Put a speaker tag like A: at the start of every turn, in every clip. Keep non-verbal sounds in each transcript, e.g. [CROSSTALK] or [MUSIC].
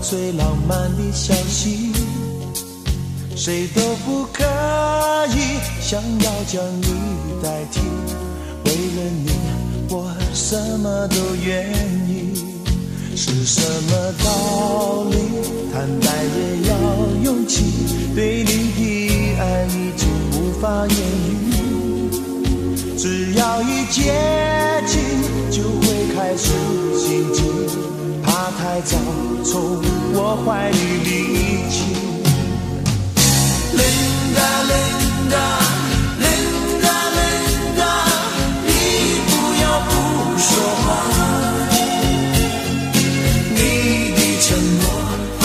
A: 最浪漫的消息，谁都不可以想要将你代替。为了你，我什么都愿意。是什么道理？坦白也要勇气。对你的爱已经无法言语，只要一接近，就会开始心悸。怕太早从我怀里离去。Linda Linda Linda Linda，你不要不说话，你的沉默仿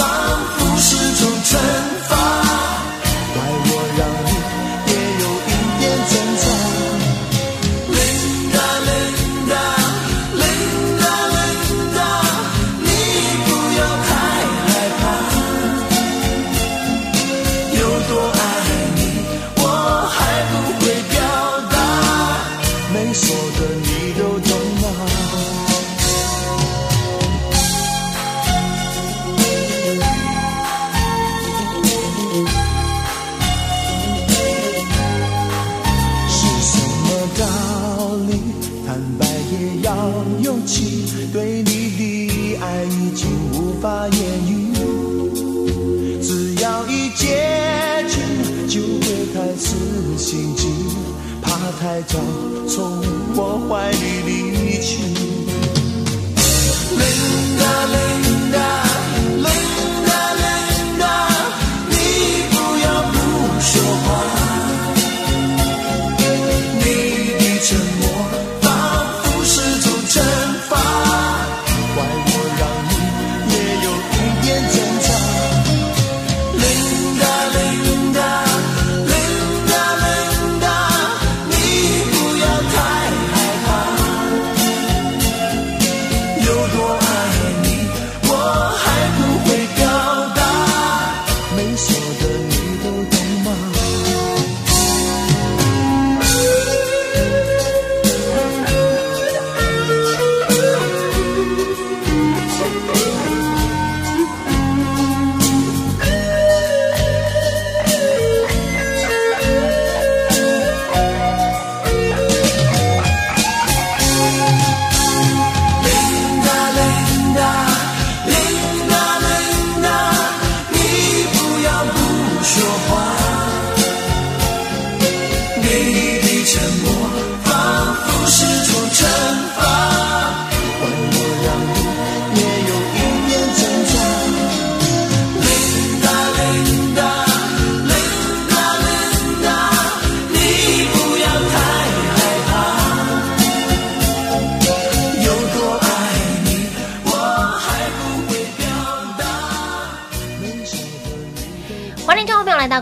A: 佛是种惩罚，怪我让你也有一点挣扎。Linda Linda。太早从我怀里离去，Linda Linda Linda Linda，你不要不说话，你的沉默仿佛是种惩罚，怪我让你也有一点挣扎，Linda Linda。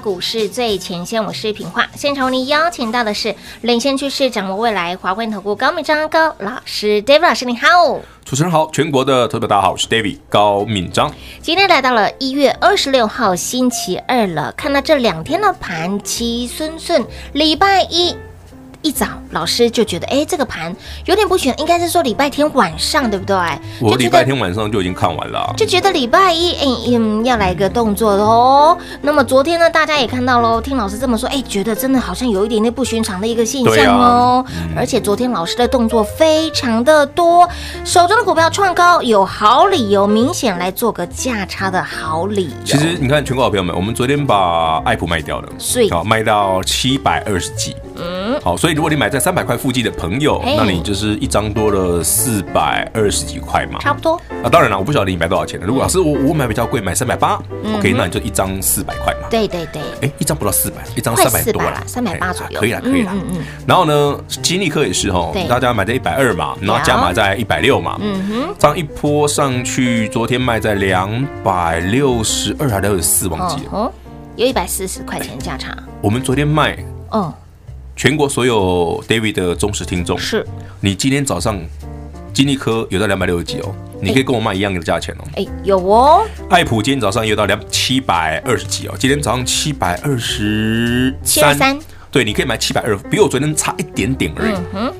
B: 股市最前线，我是平化。现场为您邀请到的是领先趋势、掌握未来华冠投顾高敏章高老师，David 老师，你好。
C: 主持人好，全国的投票大家好，我是 David 高敏章。
B: 今天来到了一月二十六号星期二了，看到这两天的盘，齐顺顺，礼拜一。一早，老师就觉得，哎，这个盘有点不全，应该是说礼拜天晚上，对不对？
C: 我礼拜天晚上就已经看完了、啊，
B: 就觉得礼拜一，哎，嗯，要来一个动作喽。那么昨天呢，大家也看到喽，听老师这么说，哎，觉得真的好像有一点点不寻常的一个现象哦。啊嗯、而且昨天老师的动作非常的多，手中的股票创高，有好理由明显来做个价差的好哦理由。
C: 其实你看，全国好朋友们，我们昨天把爱普卖掉了，
B: 所以
C: 卖到七百二十几，嗯，好，所以如果你买在三百块附近的朋友，
B: 嘿
C: 那你就是一张多了四百二十几块嘛。
B: 差不多。
C: 啊，当然了，我不晓得你买多少钱了。如果老师我我买比较贵，买三百八，OK，那你就一张四百块嘛。
B: 对对对，
C: 哎，一张不到四百，一张
B: 快
C: 三百多
B: 400
C: 啦
B: 啦380
C: 哎
B: 左右
C: 可以啦，可以啦
B: 嗯嗯嗯。
C: 然后呢，金利科也是哦
B: 对，
C: 大家买在一百二嘛，然后加码在一百六嘛，嗯哼，这样一波上去，昨天卖在两百六十二还是六十四，忘记了。
B: 哦，有一百四十块钱价差。
C: 我们昨天卖
B: 嗯，
C: 全国所有 David 的忠实听众，
B: 是，
C: 你今天早上金利科有到两百六十几哦，你可以跟我卖一样的价钱哦。
B: 哎，有哦，
C: 爱普今天早上又到两七百二十几哦，今天早上七百二十
B: 723
C: 对，你可以买七百二，比我昨天差一点点而已。
B: 嗯哼，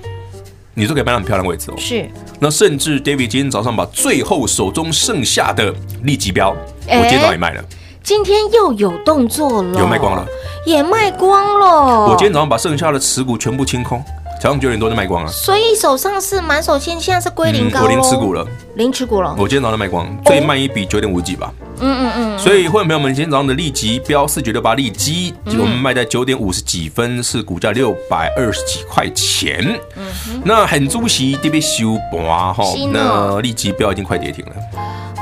C: 你都可以卖到很漂亮的位置哦。
B: 是，
C: 那甚至 David 今天早上把最后手中剩下的利基标，
B: 哎
C: 我今天早上也卖了。
B: 今天又有动作了，
C: 有卖光了，
B: 也卖光了。
C: 我今天早上把剩下的持股全部清空，早上九点多就卖光了。嗯
B: 所以手上是满手现，现在是归零高、哦
C: 我零持股，了，
B: 零持股了。
C: 我今天早上卖光，最慢一笔九点五几吧。
B: 嗯嗯嗯，
C: 所以，会员朋友们，今天早上的利基标四九六八利基，我们卖在九点五十几分，是股价六百二十几块钱。
B: 嗯
C: 那很主席这边修盘哈
B: 是呢，
C: 那利基标已经快跌停了，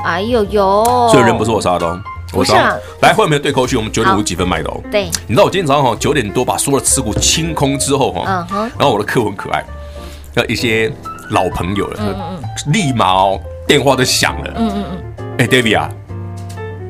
B: 哎呦呦，
C: 所以人不是我杀的哦。我
B: 不是啊
C: 杀来，会员朋友对口去，我们九点五几分卖的哦。
B: 对，
C: 你知道我今天早上哈九点多把所有的持股清空之后哈，
B: 嗯哼，
C: 然后我的客户很可爱，那一些老朋友
B: 嗯
C: 了，立马哦电话都响了，嗯嗯嗯，哎，David 啊，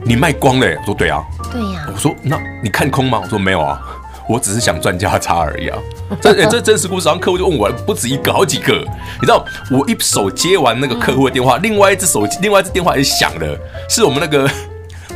C: 你卖光了欸？我说对啊，
B: 对呀、
C: 我说那你看空吗？我说没有啊，我只是想赚价差而已啊。这、欸、这真实故事，然后客户就问我不止一个，好几个。你知道我一手接完那个客户的
B: 嗯
C: 电话，另外一只手机，另外一只电话也响了，是我们那个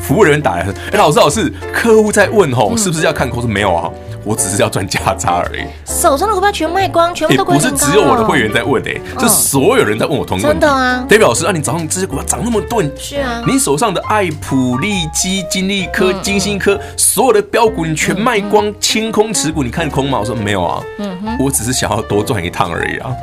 C: 服务人员打来的。哎、老师老师，客户在问
B: 嗯
C: 吼，是不是要看空？我说没有啊，我只是要赚价差而已。
B: 手上的股票全卖光，全部
C: 也
B: 都归
C: 不
B: 零高
C: 是
B: 了。
C: 只有我的会员在问诶、哎
B: 嗯
C: 是所有人在问我同一个问题。
B: 真的啊
C: 代表老师，啊，你早上这些股票涨那么多，你
B: 是啊，
C: 你手上的爱普利基、金利
B: 嗯
C: 科、金星科，所有的标股你全卖光，清空持
B: 嗯
C: 股，你看空吗？我说没有啊，我只是想要多赚一趟而已啊。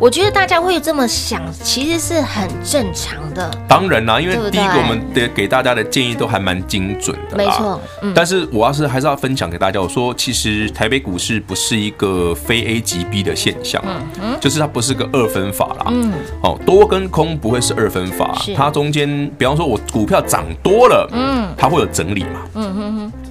B: 我觉得大家会这么想，其实是很正常的。
C: 当然啦，因为
B: 对不
C: 第一个
B: 对
C: 我们的给大家的建议都还蛮精准的啦，
B: 没错嗯
C: 但是我要是还是要分享给大家，我说其实台北股市不是一个非 A 即 B 的现象，啊
B: 嗯
C: 就是它不是个二分法啦，嗯，哦，多跟空不会是二分法啊
B: 是，
C: 它中间，比方说我股票涨多了，
B: 嗯
C: 嗯，它会有整理嘛，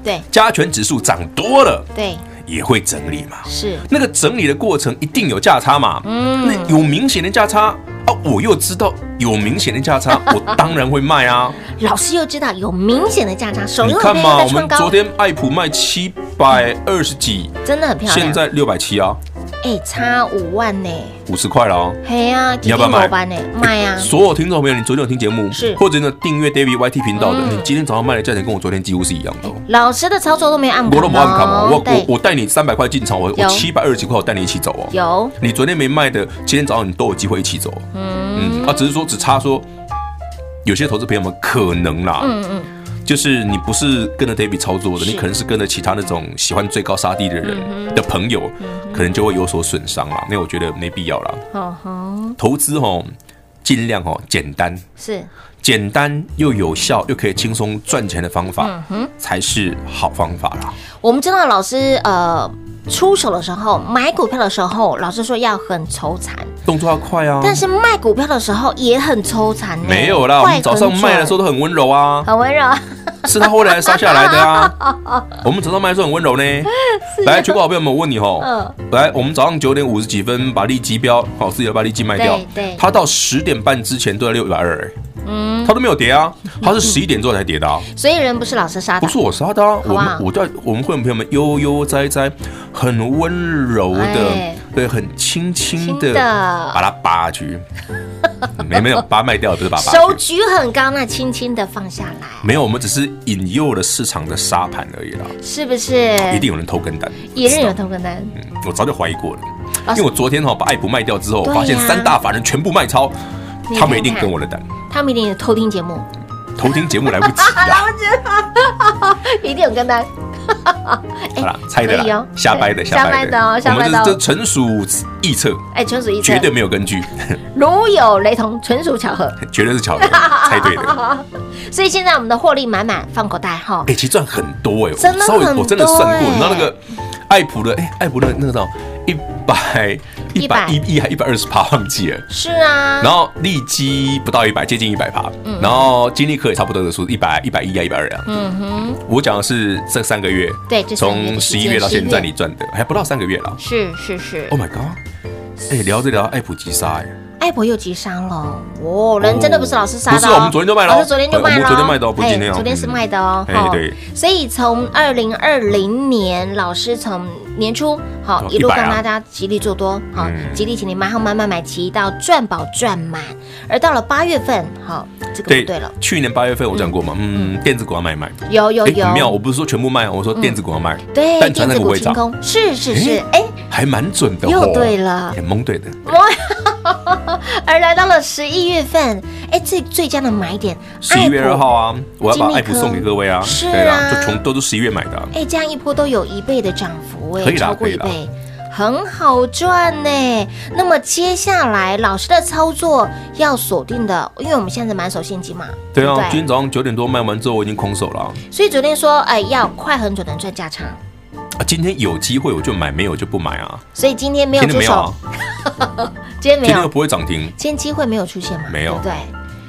B: 对
C: 加权指数涨多了
B: 对，
C: 也会整理嘛，
B: 是
C: 那个整理的过程一定有价差嘛，
B: 嗯
C: 那有明显的价差啊，我又知道有明显的价差，
B: [LAUGHS]
C: 我当然会卖啊。
B: 老师又知道有明显的价差，手
C: 嗯你
B: 上的
C: 看
B: 股票
C: 嘛，
B: 又
C: 我
B: 在
C: 们
B: 创
C: 昨
B: 高，
C: 天爱普卖七百二十几，
B: 真的很漂亮。
C: 现在六百七啊，
B: 哎、差五万呢、
C: 五十块了哦。
B: 嘿呀、啊，
C: 你要不要买
B: 班呢？卖呀、啊，
C: 所有听众朋友，你昨天有听节目，
B: 是
C: 或者呢订阅 David YT 频道的，
B: 嗯
C: 你今天早上卖的价钱跟我昨天几乎是一样的哦。
B: 老师的操作都没有按哦
C: 我都不按卡嘛，我我
B: 对，
C: 我带你三百块进场，我
B: 有
C: 我七百二十几块，我带你一起走哦。
B: 有
C: 你昨天没卖的，今天早上你都有机会一起走。嗯，啊，只是说只差说，有些投资朋友们可能啦，嗯嗯，就是你不是跟着 David 操作的，
B: 是
C: 你可能是嗯跟着其他那种喜欢追高杀低的人的朋友，可能就会有所损伤啦。那我觉得没必要啦，
B: 哦吼，
C: 投资哦，尽量哦简单。
B: 是
C: 简单又有效又可以轻松赚钱的方法，才是好方法啦。
B: 我们知道老师呃出手的时候买股票的时候，老师说要很抽残，
C: 动作要快啊！
B: 但是卖股票的时候也很抽残、呢。
C: 没有啦，我
B: 快
C: 们早上卖的时候
B: 很
C: 都很温柔啊
B: 准。很温柔， [LAUGHS]
C: 是他后来杀下来的啊。我们早上卖的时候很温柔呢。来，全国好朋友们，我问你哦，
B: 啊嗯
C: 来，我们早上九点五十几分把利基标，好，四九八利基卖掉
B: 对，对
C: 它到十点半之前都在六百二，嗯，它都没有
B: [LAUGHS]
C: 跌啊，它是十一点之后才跌的啊，
B: 所以人不是老师杀
C: 不
B: 的，
C: 是我杀的啊，
B: 好
C: 我
B: 啊
C: 们我在我们会员朋友们悠悠哉哉，很温柔的
B: 哎，
C: 对，很轻轻
B: 轻
C: 的
B: 的
C: 把它
B: [LAUGHS]
C: 拔去，没没有把它卖掉，不是把它拔去
B: 手举很高，那轻轻的放下来，
C: 没有，我们只是引诱了市场的沙盘而已啦。
B: 是不是？
C: 一定有人偷跟单，
B: 一定有
C: 知道
B: 同根单，
C: 嗯我早就怀疑过了，
B: 老
C: 因
B: 师
C: 为我昨天哈把爱普卖掉之后，
B: 对
C: 我
B: 呀
C: 发现三大法人全部卖超，
B: 你
C: 他们一
B: 看
C: 定
B: 看
C: 跟我的单，
B: 他们一定有偷听节
C: [LAUGHS]
B: 目，
C: 偷听节目来不及啊
B: [LAUGHS]
C: 啦。
B: 一定有跟单。
C: 好啦，猜的
B: 可以
C: 啦
B: 哦，
C: 瞎掰的，
B: 对
C: 瞎
B: 瞎掰
C: 掰
B: 的哦
C: 的，
B: 瞎
C: 我
B: 掰
C: 们
B: 的哦
C: 这这纯属臆测，
B: 哎，纯属一测
C: 绝，对没有根据， [LAUGHS]
B: 如有雷同，纯属巧合。
C: 绝对
B: [LAUGHS]
C: 是巧合，猜对的。
B: 所以现在我们的获利满满，放口袋哈。
C: 哎，其实赚很多哎，
B: [LAUGHS]
C: 我
B: 真的
C: 稍微
B: 很
C: 我真的算过，
B: 多哎
C: 你知道那个爱普的，哎，爱普的那个叫一一百一百一一还一百二十趴，忘记了。
B: 是啊，
C: 然后利基不到一百，接近一百趴，
B: 嗯
C: 然后金利科也差不多的数，一百一百一啊，一百二啊。嗯哼，我讲的是这三个月，
B: 对这三个月
C: 从十一月到现在你赚的还不到三个月了。
B: 是是是，
C: Oh my god！哎、聊着聊爱普吉莎哎、
B: 艾博又急杀了哦，人真的不是老师杀的、哦，
C: 不是我们昨天就卖了哦
B: 老师昨天就卖了哦，
C: 我们昨天卖的哦不是今天哦
B: 哎昨天是卖的哦，
C: 嗯
B: 吼
C: 哎对，
B: 所以从二零二零年，老师从年初好
C: 哦
B: 一路
C: 100
B: 跟
C: 啊
B: 大家极力做多，好
C: 嗯
B: 极力请你买，好慢慢买齐到赚饱赚满，而到了八月份，好这个
C: 对
B: 不对了，
C: 去年八月份我讲过嘛，嗯，电子股要卖卖，
B: 有有
C: 哎、
B: 有嗯
C: 很，妙，我不是说全部卖，哦，我说电子股要卖，
B: 对，
C: 但
B: 电
C: 传
B: 子
C: 那个
B: 股
C: 会
B: 清
C: 涨，
B: 空，是是是，哎，
C: 还蛮准的、哦，
B: 又对了哎
C: 也蒙对的，
B: 而来到了十一月份，哎，最最佳的买点，
C: 十一月
B: 艾普
C: 二号啊，我要把爱普
B: 金利科
C: 送给各位啊，
B: 是啊
C: 对啦，就从都是十一月买的啊、
B: 哎，这样一波都有一倍的涨幅，
C: 可
B: 哎，
C: 以啦
B: 超过
C: 可以
B: 一
C: 啦
B: 倍，很好赚呢。那么接下来老师的操作要锁定的，因为我们现在满手现金嘛，
C: 对啊
B: 不，
C: 今天早上九点多卖完之后，我已经空手了啊。
B: 所以昨天说，哎，要快很准能赚价差，
C: 啊今天有机会我就买，没有就不买啊。
B: 所以今天没有
C: 今天
B: 出
C: 没有啊
B: 手，，今天没
C: 今天又
B: 有，
C: 不会涨停。
B: 今天机会没有出现嘛，
C: 没有
B: 对不对。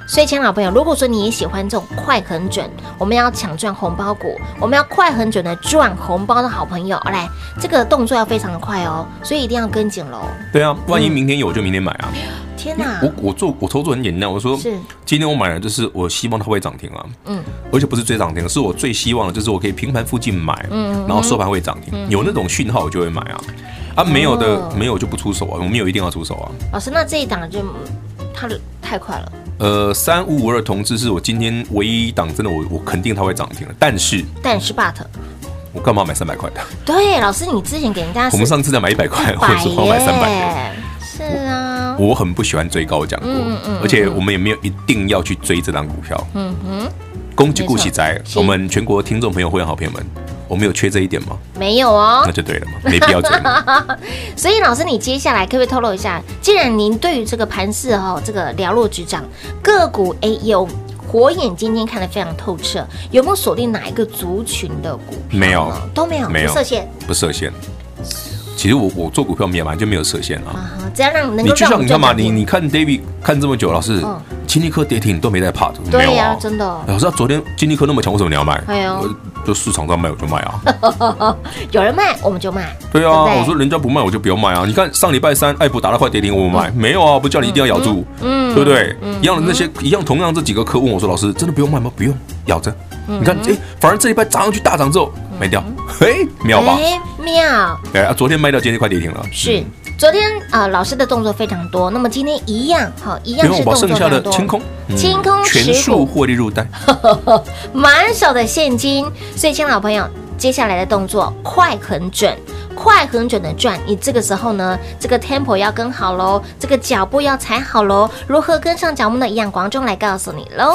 B: 所以，亲爱的老朋友，如果说你也喜欢这种快很准，我们要抢赚红包股，我们要快很准的赚红包的好朋友，来，这个动作要非常的快哦，所以一定要跟紧喽。
C: 对啊，万一明天有我就明天买啊。
B: 天哪！
C: 我我做我操作很简单，我说
B: 嗯是
C: 今天我买了，就是我希望它会涨停啊。
B: 嗯
C: 嗯，而且不是追涨停，是我最希望的，就是我可以平盘附近买，然后收盘会涨停，有那种讯号我就会买啊。啊，没有
B: 哦
C: 的没有就不出手啊，我没有一定要出手啊。
B: 老师，那这一档就嗯它太快了，
C: 呃，三五五二同志是我今天唯一一档，真的我我肯定它会涨停了，但是
B: 但是 but
C: 我干嘛买三百块的？
B: 对，老师你之前给人家
C: 我们上次才买一百块，或者是我买三百的。
B: 耶，是啊，
C: 我很不喜欢追高，我讲过，
B: 嗯嗯嗯
C: 而且我们也没有一定要去追这档股票。嗯哼，恭喜
B: 没错
C: 顾喜仔，
B: 嗯是
C: 我们全国听众朋友、会员好朋友们，我们有缺这一点吗？
B: 没有哦
C: 那。就对了嘛，没必要追嘛。 [LAUGHS]
B: 所以老师，你接下来可不可以透露一下？既然您对于这个盘势哈、这个了若指掌，个股哎有火眼金睛看得非常透彻，有没有锁定哪一个族群的股票呢？
C: 没有
B: 都没有，
C: 没有
B: 不设限
C: 不设限。其实我我做股票也蛮就没有设限啊。
B: 啊哈，只要让能
C: 你
B: 够
C: 就
B: 让我们
C: 像你看嘛，
B: 赚
C: 你
B: 钱
C: 你看 David 看这么久，老师
B: 嗯，
C: 金立科跌停你都没在怕的，
B: 对
C: 没有
B: 呀
C: 啊，
B: 真的
C: 老师，昨天金立科那么强，为什么你要买？
B: 哎呦
C: 我就市场上卖我就卖啊。
B: 有人卖我们就卖，
C: 对啊，
B: 对
C: 我说人家不卖我就不要卖啊！你看上礼拜三，艾普打到快跌停，我买、没有啊？不叫你一定要咬住，
B: 嗯
C: 对不对？一样的那些一样同样这几个客问我说，老师真的不用卖吗？不用，咬着。你看，哎，反而这一拜涨上去大涨之后卖掉，嘿，妙吧？嗯
B: 哎，妙。
C: 哎，啊昨天卖掉，今天快跌停了，
B: 是，昨天啊、呃老师的动作非常多，那么今天一样，好，一
C: 因
B: 样
C: 为
B: 是
C: 我
B: 动
C: 把
B: 作
C: 剩
B: 非
C: 下
B: 常
C: 的
B: 多，
C: 清空，嗯
B: 清空持
C: 全
B: 股
C: 数获利入袋，
B: 满手的现金，所以，亲爱的老朋友，接下来的动作快很准。快很准的赚，你这个时候呢，这个 tempo 要跟好喽，这个脚步要踩好喽。如何跟上脚步呢？一样，广中来告诉你喽。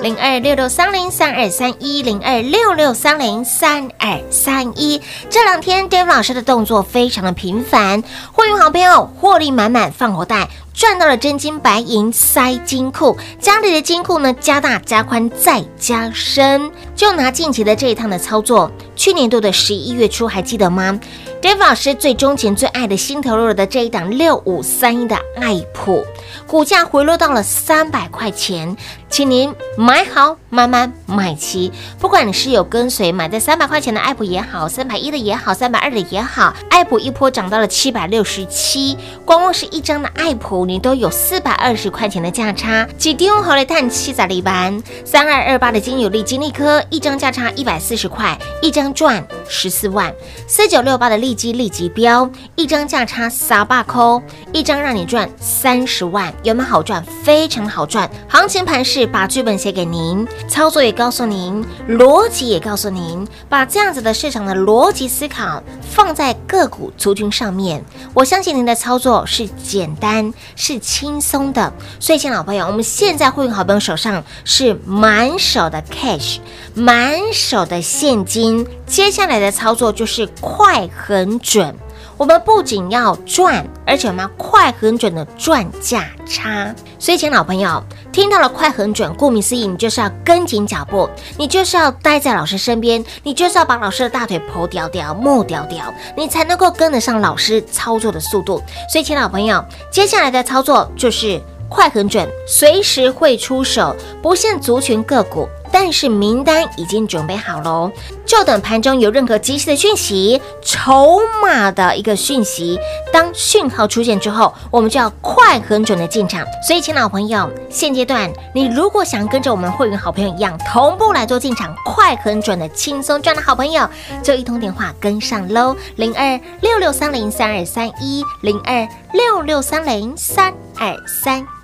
B: 零二六六三零三二三一零二六六三零三二三一。这两天 Dave 老师的动作非常的频繁，会员好朋友获利满满，放口袋。赚到了真金白银塞金库，家里的金库呢加大加宽再加深。就拿近期的这一趟的操作，去年度的十一月初还记得吗？Dave 老师最钟情、最爱的心头肉的这一档六五三一的爱普，股价回落到了三百块钱，请您买好，慢慢买齐。不管你是有跟随买在三百块钱的爱普也好，三百一的也好，三百二的也好，爱普一波涨到了七百六十七，光光是一张的爱普，你都有四百二十块钱的价差。几丢好来探七咋一班？三二二八的金有利金利科，一张价差一百四十块，一张赚十四万。四九六八的利基利吉标，一张价差撒把扣，一张让你赚三十万，有没有好赚？非常好赚。行情盘势把剧本写给您，操作也告诉您，逻辑也告诉您，把这样子的市场的逻辑思考放在个股族群上面，我相信您的操作是简单是轻松的。所以，亲爱的老朋友，我们现在会员好朋友手上是满手的 cash，满手的现金，接下来的操作就是快很准。
D: 我们不仅要赚，而且我们要快很准的赚价差。所以，亲爱的老朋友，听到了快很准，顾名思义，你就是要跟紧脚步，你就是要待在老师身边，你就是要把老师的大腿剖掉掉、木掉掉，你才能够跟得上老师操作的速度。所以，亲爱的老朋友，接下来的操作就是。快很准，随时会出手，不限族群个股，但是名单已经准备好喽，就等盘中有任何及时的讯息、筹码的一个讯息，当讯号出现之后，我们就要快很准的进场。所以，请老朋友，现阶段你如果想跟着我们会员好朋友一样，同步来做进场，快很准的轻松赚的好朋友，就一通电话跟上喽，零二六六三零三二三一零二六六三零三二三。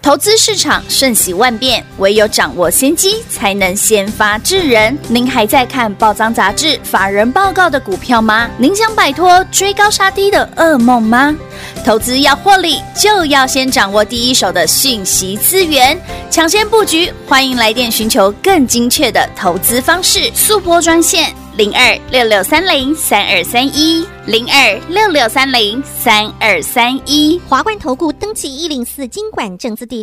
E: 投资市场瞬息万变，唯有掌握先机，才能先发制人。您还在看报章杂志、法人报告的股票吗？您想摆脱追高杀低的噩梦吗？投资要获利，就要先掌握第一手的讯息资源，抢先布局。欢迎来电寻求更精确的投资方式，速播专线零二六六三零三二三一零二六六三零三二三一。
B: 华冠投顾登记一零四经管证字第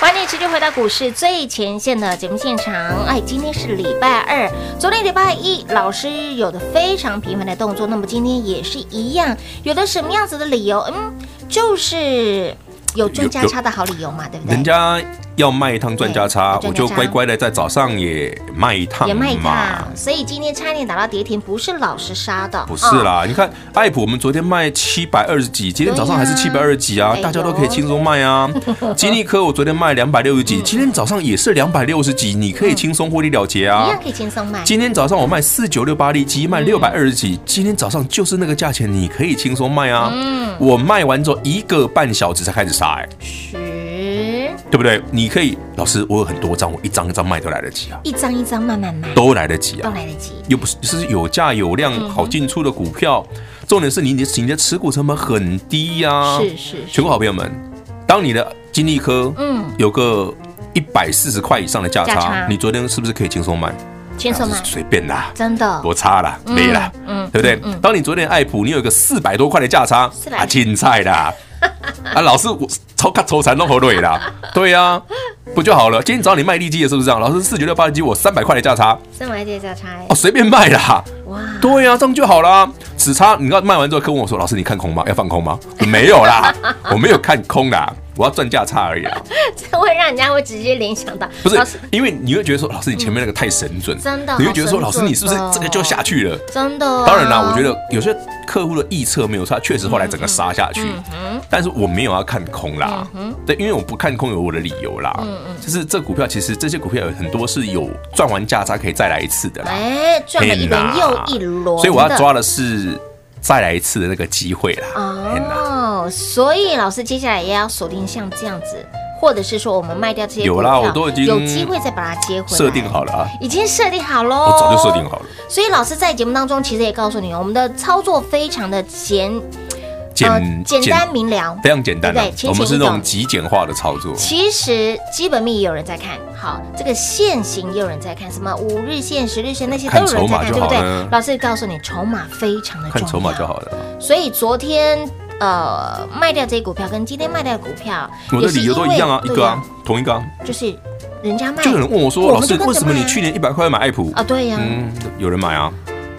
D: 欢迎你持续回到股市最前线的节目现场。哎，今天是礼拜二，昨天礼拜一老师有的非常频繁的动作，那么今天也是一样，有的什么样子的理由？嗯，就是有赚价差的好理由嘛，对不对？
C: 人家要卖一趟赚价差，
D: 对
C: 我
D: 赚价差
C: 就乖乖的在早上也卖一趟
D: 也卖它
C: 嘛，。
D: 所以今天差一点打到跌停，不是老师杀的，
C: 不是啦，你看爱普，我们昨天卖七百二十几，今天早上还是七百二十几啊
D: 对呀，
C: 大家都可以轻松卖啊。金利科我昨天卖两百六十几，今天早上也是两百六十几，你可以轻松获利了结
D: 嗯，一
C: 啊
D: 样。可以轻松卖。
C: 今天早上我卖四九六八利基，卖六百二十几，今天早上就是那个价钱，你可以轻松卖啊。我卖完之后一个半小时才开始杀、哎，
D: 十
C: 对不对？你可以，老师，我有很多张，我一张一张卖都来得及啊，
D: 一张一张慢慢买，
C: 都来得及
D: 都
C: 啊，
D: 来得及。
C: 又不是是有价有量、好进出的股票。重点是你你你的持股成本很低呀、
D: 是是是
C: 全国好朋友们，当你的金利科
D: 嗯
C: 有个一百四十块以上的价
D: 价
C: 差
D: 差，
C: 你昨天是不是可以轻松卖？
D: 轻松
C: 老
D: 卖
C: 师，随便啦，[LAUGHS]
D: 真的
C: 多差啦，没啦，
D: 嗯
C: 对不对？当你昨天爱普，你有一个四百多块的价差
D: 400，
C: 啊，青菜
D: [LAUGHS]
C: 啦，啊，老师我超看头残都好累啦，对呀，不就好了？今天找你卖利基的是不是这样？老师四九六八利基，我三百块的价差，
D: 三百点价差，
C: 哦，随便卖啦，
D: 哇，
C: 对啊呀，这样就好啦。只差你知道卖完之后，客户问我说：“老师，你看空吗？要放空吗？”我没有
D: [LAUGHS]
C: 啦，我没有看空啦，我要赚价差而已啦。
D: 这会让人家会直接联想到，
C: 不是
D: 老师，
C: 因为你会觉得说，老师你前面那个太神准，
D: 真的
C: 你会觉得说，
D: 好
C: 老
D: 神
C: 师
D: 准
C: 你是不是
D: 哦
C: 这个就下去了？
D: 真的啊，
C: 当然啦，我觉得有些客户的预测没有错，他确实后来整个杀下
D: 嗯
C: 去，但是我没有要看空啦，对，因为我不看空有我的理由啦，
D: 嗯
C: 就是这股票其实这些股票有很多是有赚完价差可以再来一次的啦，
D: 哎，赚了一
C: 天哪
D: 轮又一轮，
C: 所以我要抓的是再来一次的那个机会啦，哎天哪
D: 哦，所以老师接下来也要锁定像这样子，或者是说我们卖掉这些
C: 有
D: 股
C: 啦
D: 票
C: 我都已经
D: 有机会再把它接回来，
C: 设定好了啊，
D: 已经设定好喽，
C: 我早就设定好了，
D: 所以老师在节目当中其实也告诉你，我们的操作非常的简呃
C: 简
D: 哦简单明了，
C: 非常简单啊
D: 对不对浅显
C: 我们是那
D: 易懂
C: 种极简化的操作，
D: 其实基本面也有人在看，好，这个线型也有人在看，什么五日线、十日线那些都
C: 看
D: 有人在看，
C: 筹码就
D: 对不
C: 好
D: 对
C: 了？
D: 老师告诉你，筹码非常的重
C: 看
D: 要，
C: 筹码就好。了，
D: 所以昨天呃卖掉这些股票跟今天卖掉的股票，
C: 我的理由都一样啊，一
D: 也是因为
C: 个啊，，同一个啊。
D: 对就是人家卖，
C: 就有人问我说：“
D: 我
C: 老
D: 们
C: 师
D: 就，跟着
C: 为什么
D: 卖
C: 你
D: 啊
C: 去年一百块买爱普
D: 啊，？”对呀、
C: 嗯，有人买啊，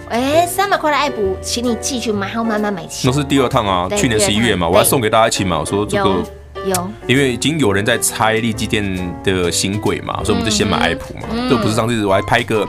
D: 哎、三百、块的爱普，请你继续买，还要慢慢买齐
C: 那。是第二趟啊，
D: 对
C: 去年
D: 第二
C: 十
D: 趟
C: 一月嘛，
D: 对
C: 我还送给大家一起买。我说这
D: 有
C: 个，
D: 有，
C: 因为已经有人在拆利基店的新柜嘛，所以我们就先
D: 嗯
C: 买爱普嘛。这不是上次我还拍个。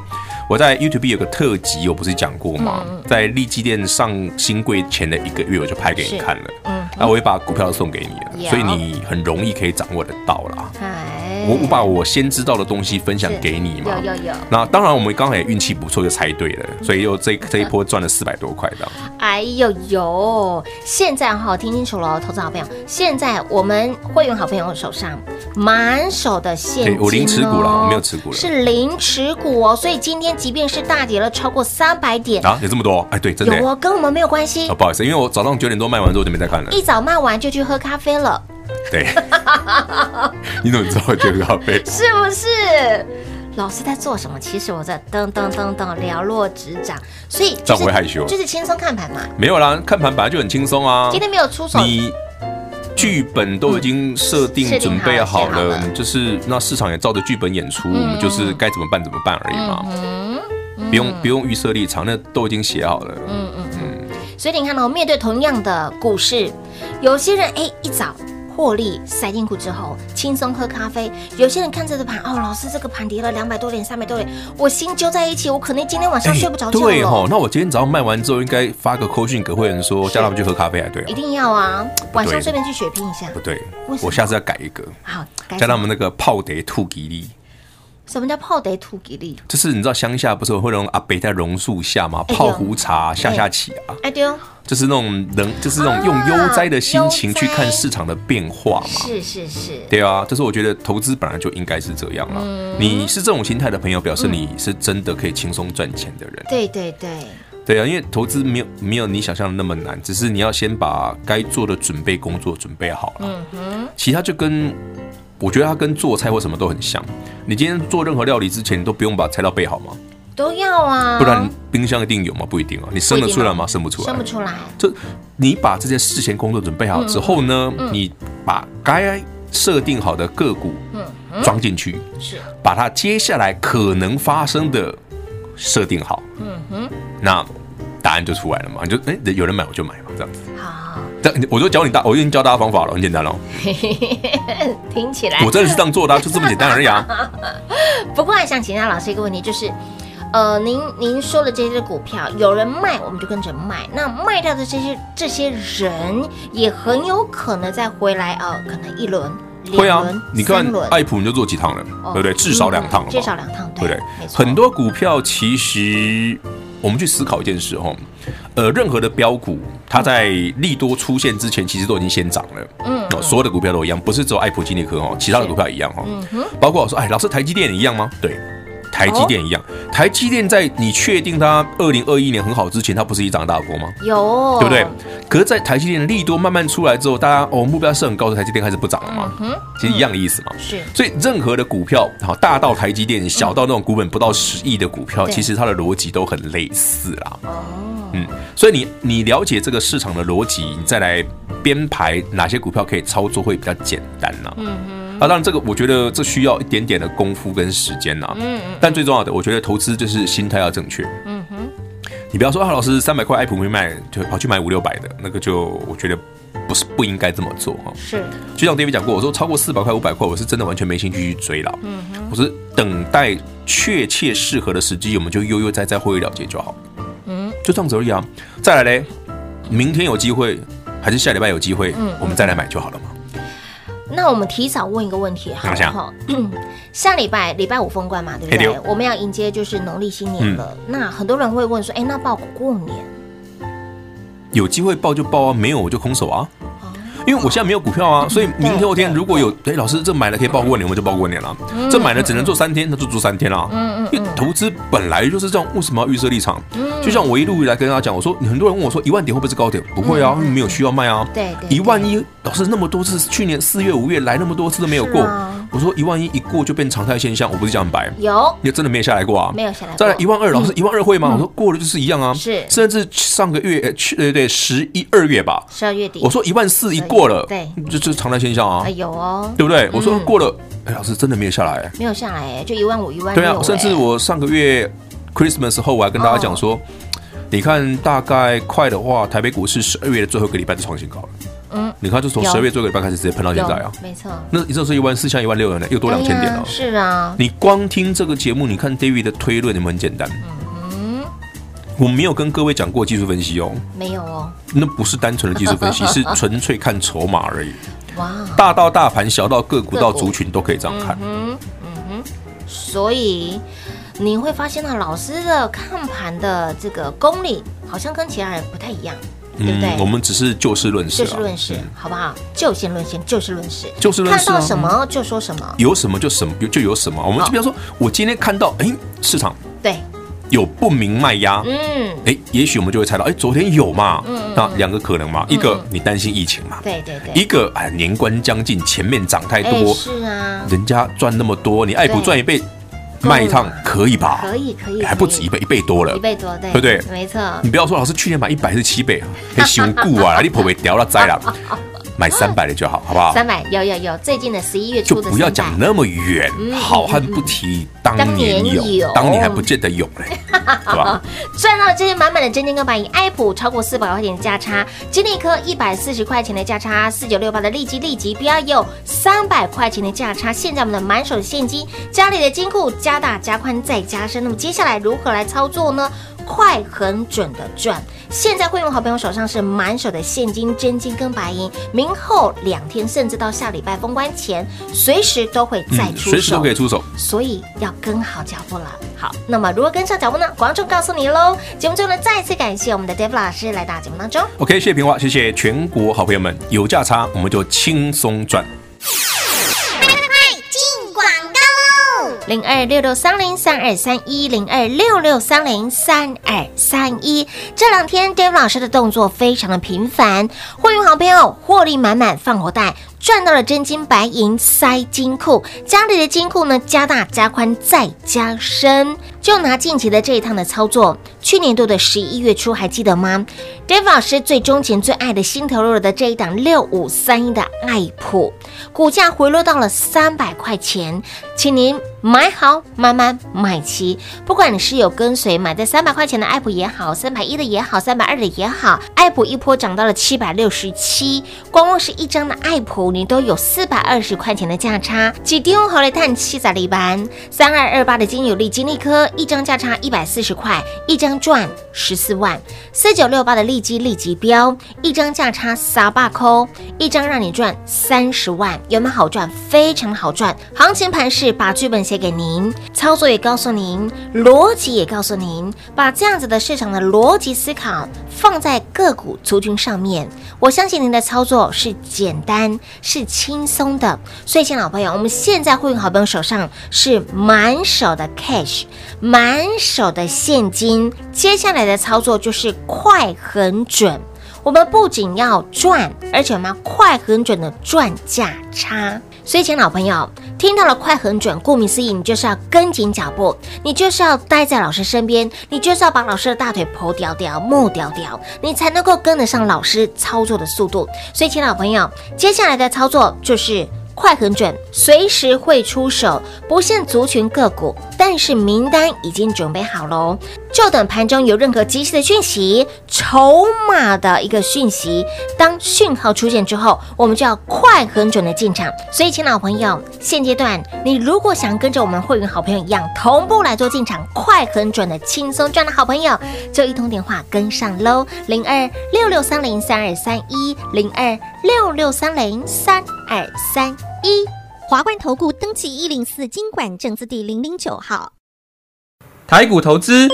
C: 我在 YouTube 有个特
D: 嗯
C: 辑，我不是讲过吗？在利基店上新柜前的一个月，我就拍给你看了。
D: 嗯
C: 那我也把股票都送给你了，
D: 有
C: 所以你很容易可以掌握得到啦。
D: 哎
C: 我我把我先知道的东西分享给你嘛。
D: 有有嗯有
C: 那当然，我们刚好也运气不错，就猜对了，所以又这这一波赚了四百多块这样。
D: 哎呦呦！现在哈，听清楚了哦，投资好朋友，现在我们会员好朋友手上满手的现金、哦
C: 哎我零持股了我没有持股了
D: 是零持股哦。所以今天即便是大跌了超过三百点，
C: 啊，有这么多？哎，对，真的。
D: 有哦，跟我们没有关系。
C: 啊，不好意思，因为我早上九点多卖完之后就没再看了。
D: 一早卖完就去喝咖啡了，
C: 对， [LAUGHS] 你怎么知道我觉得咖啡？
D: 是不是？老师在做什么？其实我在噔噔噔噔寥落指掌，所以、就是、
C: 这样我会害羞
D: 就是轻松看盘嘛。
C: 没有啦，看盘本来就很轻松啊。
D: 今天没有出手，
C: 你剧本都已经设定
D: 嗯
C: 准备好
D: 设定好了
C: 了，你就是那市场也照着剧本演出，
D: 嗯
C: 我们就是该怎么办怎么办而已嘛。不用不用预设立场，那都已经写好了。
D: 嗯所以你看到、面对同样的股市，有些人哎一早获利塞进股之后，轻松喝咖啡；有些人看这个盘，哦，老师这个盘跌了两百多点、三百多点，我心揪在一起，我可能今天晚上睡不着觉了。
C: 哎对哦吼，那我今天早上卖完之后，应该发个扣讯给会员说，叫他们去喝咖啡才对
D: 一
C: 啊。
D: 定要啊，晚上
C: 对
D: 顺便去血拼一下
C: 不。对
D: 为什，么
C: 我下次要改一个，
D: 好，该
C: 叫他们那个泡得吐吉利。
D: 什么叫泡得吐给力？
C: 就是你知道乡下不是会有那种阿伯在榕树下嘛，
D: 哎
C: 泡壶茶、下下棋啊，
D: 哎对哦，
C: 就是那种能，就是那
D: 啊
C: 种用悠哉的心情
D: 悠哉
C: 去看市场的变化嘛。
D: 是是是，
C: 对啊，就是我觉得投资本来就应该是这样啊。
D: 嗯
C: 你是这种心态的朋友，表示你是真的可以轻松赚钱的人。
D: 对对对，
C: 对啊，因为投资没有没有你想象的那么难，只是你要先把该做的准备工作准备好
D: 嗯
C: 了。其他就跟我觉得它跟做菜或什么都很像。你今天做任何料理之前，你都不用把材料备好吗？
D: 都要啊，
C: 不然冰箱一定有吗？不一定啊。你生得出来吗？生不出来。
D: 生不出来。
C: 就你把这些事前工作准备好之后呢，你把该设定好的个股装进去，
D: 是
C: 把它接下来可能发生的设定好，嗯哼，那答案就出来了嘛。你就哎、有人买我就买嘛，这样子。
D: 好， [LAUGHS]
C: 这样我就教你大，我已经教大家方法了，很简单哦。
D: 听起来
C: 我真的是这样做的、啊，就这么简单而已
D: [LAUGHS]
C: 啊。
D: 不过还想请教老师一个问题，就是，呃，您您说的这些股票，有人卖我们就跟着卖，那卖掉的这些这些人也很有可能再回来啊、呃可能一轮、
C: 会
D: 两
C: 啊
D: 轮、，
C: 你看
D: 三轮，
C: 爱普你就做几趟了，
D: 哦
C: 对不对？至少两趟了吧，
D: 嗯至少两趟，
C: 对不
D: 对
C: 对？
D: 没错
C: 很多股票其实我们去思考一件事哦，呃，任何的标股，它在利多出现之前，其实都已经先涨了。嗯、哦，所有的股票都一样，不是只有爱普金利科哦，其他的股票也一样哦。
D: 嗯
C: 包括我说，哎，老师，台积电也一样吗？对。台积电一样，台积电在你确定它二零二一年很好之前，它不是一涨大波吗？
D: 有，
C: 对不对？可是，在台积电的利多慢慢出来之后，大家哦目标是很高的，台积电开始不涨了嘛，其实一样的意思嘛。
D: 是
C: 所以任何的股票，好大到台积电，小到那种股本不到十亿的股票，
D: 对
C: 其实它的逻辑都很类似啦。嗯，所以你你了解这个市场的逻辑，你再来编排哪些股票可以操作会比较简单呐、嗯啊，当然这个我觉得这需要一点点的功夫跟时间呐、嗯但最重要的，我觉得投资就是心态要正确。嗯哼。你不要说啊，老师三百块 Apple 没卖，就跑去买五六百的那个，就我觉得不是不应该这么做哈。
D: 是
C: 就像 David 讲过，我说超过四百块、五百块，我是真的完全没兴趣去追了。嗯，我是等待确切适合的时机，我们就悠悠哉哉会了结就好。嗯，就这样子而已啊。再来嘞，明天有机会还是下礼拜有机会，我们再来买就好了嘛。
D: 那我们提早问一个问题，好
C: 哪
D: 不
C: 项
D: 好？ [CLEARS THROAT] 下礼拜礼拜五封关嘛，对不对
C: 哎？对
D: 我们要迎接就是农历新年了。
C: 嗯
D: 那很多人会问说，哎，那报股过年
C: 有机会报就报啊，没有我就空手啊。因为我现在没有股票
D: 哦
C: 啊，所以明天后天如果有，哎，老师这买了可以报过年，我们就报过年了。
D: 嗯
C: 这买了只能做三天，那就做三天啦。因为投资本来就是这样，为什么要预设立场？
D: 嗯
C: 就像我一路以来跟大家讲，我说很多人问我说一万点会不会是高点？不会啊，因为没有需要卖啊。
D: 嗯对对对
C: 一万一，老师那么多次，去年四月、五月来那么多次都没有
D: 是
C: 过
D: 啊。
C: 我说一万一一过就变常态现象，我不是讲很白。
D: 有
C: 也真的没有下来过啊，
D: 没有下来过
C: 再来一万二，老师一万二会吗？我说过了就是一样啊，
D: 嗯是
C: 甚至上个月，呃去对对，十一二月吧，
D: 十二月底，
C: 我说一万四一过了，
D: 对，
C: 这这常态现象啊
D: 哎，有哦，
C: 对不对？我说过了，哎，老师真的没有下来，
D: 没有下来哎，就一万五一万
C: 对啊
D: 六，
C: 甚至
D: 哎
C: 我上个月 Christmas 后，我还跟大家讲说，你看大概快的话，台北股市十二月的最后一个礼拜就创新高了，嗯，你看就从
D: 有
C: 十二月最后一个礼拜开始直接喷到现在啊
D: 有，没错，
C: 那你这是一万四，像一万六了呢，又多两千点
D: 对
C: 了
D: 呀。是啊，
C: 你光听这个节目，你看 David 的推论，你们很简单。我没有跟各位讲过技术分析哦，
D: 没有哦，
C: 那不是单纯的技术
D: [LAUGHS]
C: 分析，是纯粹看筹码而已。
D: 哇，
C: 大到大盘，小到个股，
D: 个
C: 到
D: 股
C: 族群都可以这样看。
D: 嗯所以你会发现呢，老师的看盘的这个功力好像跟其他人不太一样，嗯对不对？
C: 嗯我们只是就事论事
D: 就
C: 啊，
D: 事论事，好不好？就事论事，就事论事，
C: 就事论事啊
D: 看到什么就说什么，
C: 有什么就什么就有什么。我们
D: 好
C: 就比方说，我今天看到，哎，市场
D: 对，
C: 有不明卖压，
D: 嗯，
C: 哎，也许我们就会猜到，哎，昨天有嘛？那两个可能嘛，一个你担心疫情嘛，
D: 嗯对对对，
C: 一个哎年关将近，前面涨太
D: 哎
C: 多，
D: 是啊，
C: 人家赚那么多，你爱普
D: 对
C: 赚一倍，卖一趟可以吧？
D: 可以可以，
C: 还不
D: 可
C: 止
D: 以
C: 一倍，一倍多了
D: 一。倍多，对
C: 对不对
D: 没错，
C: 你不要说老师去年买一百是七倍，还熊固
D: [LAUGHS]
C: 啊，你婆被屌了栽了，买三百的就好，好不好？
D: 三百有有有，最近的十一月
C: 就
D: 初的
C: 不要
D: 300
C: 讲那么远，好汉不提当年
D: 当年
C: 勇
D: 勇，
C: 当年还不见得勇嘞，对吧？
D: 赚到这些满满的真金跟白银，爱普超过四百块钱的价差，金利科一百四十块钱的价差，四九六八的利基利基 B R 有三百块钱的价差。现在我们的满手现金，家里的金库加大加宽再加深，那么接下来如何来操作呢？快、很准的赚。现在会用好朋友手上是满手的现金、真金跟白银，明后两天甚至到下礼拜封关前，随时都会 [LAUGHS] 再
C: 嗯，
D: 出手，
C: 随时都可以出手。
D: 所以要跟好脚步了。好，那么如何跟上脚步呢？广众告诉你喽。节目最后呢，再次感谢我们的 Dave 老师来到节目当中。
C: OK，谢谢平华，谢谢全国好朋友们，有价差我们就轻松赚。
D: 零二六六三零三二三一零二六六三零三二三一。这两天 Dave 老师的动作非常的频繁，会员好朋友获利满满，放口袋。赚到了真金白银塞金库，家里的金库呢加大加宽再加深。就拿近期的这一趟的操作，去年度的十一月初还记得吗？Dave 老师最钟情、最爱的新投入的这一档六五三一的爱普，股价回落到了三百块钱，请您买好、慢慢买齐。不管你是有跟随买在三百块钱的爱普也好，三百一的也好，三百二的也好，爱普一波涨到了七百六十七，光光是一张的爱普，你都有四百二十块钱的价差。几丢好来探七仔的一班，三二二八的金有利金利科一张价差一百四十块，一张赚十四万。四九六八的利基利基标，一张价差撒把扣，一张让你赚三十万，有没有好赚？非常好赚。行情盘势把剧本写给您，操作也告诉您，逻辑也告诉您，把这样子的市场的逻辑思考放在个股族群上面，我相信您的操作是简单是轻松的。所以，亲爱的老朋友，我们现在会员好朋友手上是满手的 cash，满手的现金，接下来的操作就是快很准。我们不仅要赚，而且我们要快很准的赚价差。所以，亲爱的老朋友，听到了快很准，顾名思义，你就是要跟紧脚步，你就是要待在老师身边，你就是要把老师的大腿剖掉掉、木掉掉，你才能够跟得上老师操作的速度。所以，亲爱的老朋友，接下来的操作就是。快很准，随时会出手，不限族群个股，但是名单已经准备好喽，就等盘中有任何及时的讯息、筹码的一个讯息，当讯号出现之后，我们就要快很准的进场。所以，请老朋友，现阶段你如果想跟着我们会员好朋友一样，同步来做进场，快很准的轻松赚的好朋友，就一通电话跟上喽，零二六六三零三二三一零二六六三零三二三一。
B: 华冠投顾登记一零四经管证字第零零九号。
F: 台股投资，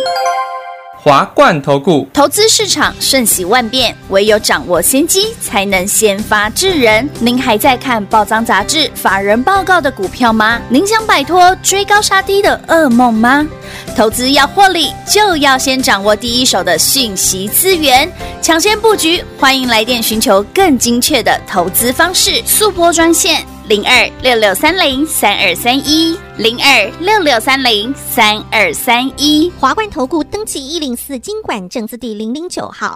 F: 华冠投顾。
E: 投资市场瞬息万变，唯有掌握先机，才能先发制人。您还在看报章杂志、法人报告的股票吗？您想摆脱追高杀低的噩梦吗？投资要获利，就要先掌握第一手的讯息资源，抢先布局。欢迎来电寻求更精确的投资方式，速播专线。零二六六三零三二三一，零二六六三零三二三一。
B: 华冠投顾登记一零四经管证字第零零九号。